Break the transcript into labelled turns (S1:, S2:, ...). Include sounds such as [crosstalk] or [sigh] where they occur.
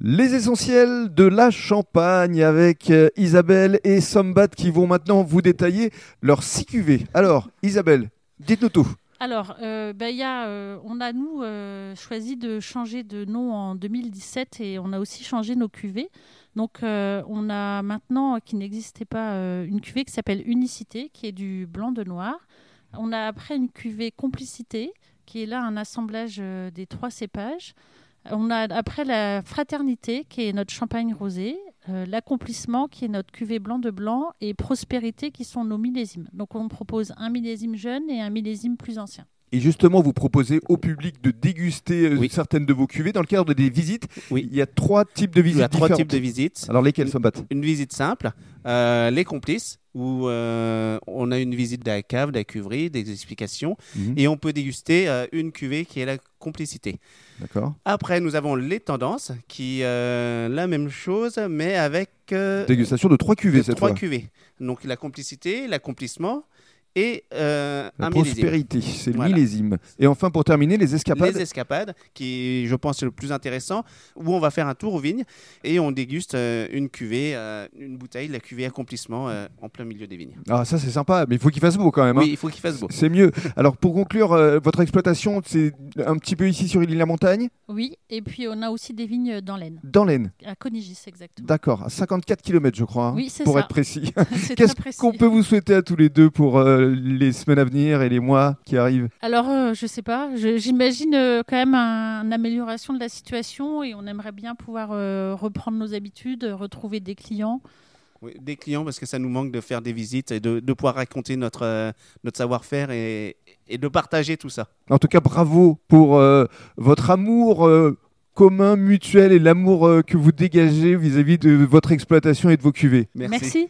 S1: Les essentiels de la Champagne avec euh, Isabelle et Sombat qui vont maintenant vous détailler leur 6 cuvées. Alors, Isabelle, dites-nous tout.
S2: Alors, euh, bah, il y a, euh, on a, nous, euh, choisi de changer de nom en 2017 et on a aussi changé nos cuvées. Donc, euh, on a maintenant, euh, qui n'existait pas, euh, une cuvée qui s'appelle Unicité, qui est du blanc de noir. On a après une cuvée Complicité, qui est là un assemblage euh, des trois cépages. On a après la Fraternité, qui est notre champagne rosé. euh, L'accomplissement, qui est notre cuvée blanc de blanc, et Prospérité, qui sont nos millésimes. Donc, on propose un millésime jeune et un millésime plus ancien.
S1: Et justement, vous proposez au public de déguster euh,
S3: Oui.
S1: certaines de vos cuvées dans le cadre des visites.
S3: Oui.
S1: Il y a trois types de visites
S3: Il y a trois
S1: différentes.
S3: types de visites.
S1: Alors, lesquelles, Sombat
S3: Une visite simple, euh, les complices, où euh, on a une visite de la cave, de la cuverie, des explications,
S1: Mhm.
S3: et on peut déguster euh, une cuvée qui est la complicité.
S1: D'accord.
S3: Après, nous avons les tendances, qui euh, la même chose, mais avec euh,
S1: Dégustation de trois cuvées
S3: de
S1: cette
S3: trois
S1: fois.
S3: cuvées. Donc la complicité, l'accomplissement et euh,
S1: La
S3: un millésime.
S1: prospérité, c'est le
S3: Voilà.
S1: millésime. Et enfin, pour terminer, les escapades.
S3: Les escapades, qui je pense est le plus intéressant, où on va faire un tour aux vignes et on déguste euh, une cuvée, euh, une bouteille, la cuvée accomplissement euh, en plein milieu des vignes.
S1: Ah, ça, c'est sympa, mais il faut qu'il fasse beau quand même. hein.
S3: Oui, il faut qu'il fasse beau.
S1: C'est mieux. Alors pour conclure, euh, votre exploitation, c'est un petit peu ici sur l'île de la Montagne,
S2: Oui, et puis on a aussi des vignes dans l'Aisne,
S1: dans l'Aisne.
S2: à Conigis
S1: [laughs]
S2: exactement.
S1: D'accord, à 54 km je crois, hein,
S2: Oui, c'est
S1: pour
S2: ça.
S1: être précis.
S2: C'est très
S1: Qu'est-ce
S2: précis.
S1: qu'on peut vous souhaiter à tous les deux pour euh, les semaines à venir et les mois qui arrivent
S2: Alors, euh, je sais pas, je- j'imagine euh, quand même un- une amélioration de la situation et on aimerait bien pouvoir euh, reprendre nos habitudes, euh, retrouver des clients.
S3: Oui, des clients, parce que ça nous manque de faire des visites et de, de pouvoir raconter notre, euh, notre savoir-faire et, et de partager tout ça.
S1: En tout cas, bravo pour euh, votre amour euh, commun, mutuel et l'amour euh, que vous dégagez vis-à-vis de votre exploitation et de vos cuvées.
S2: Merci.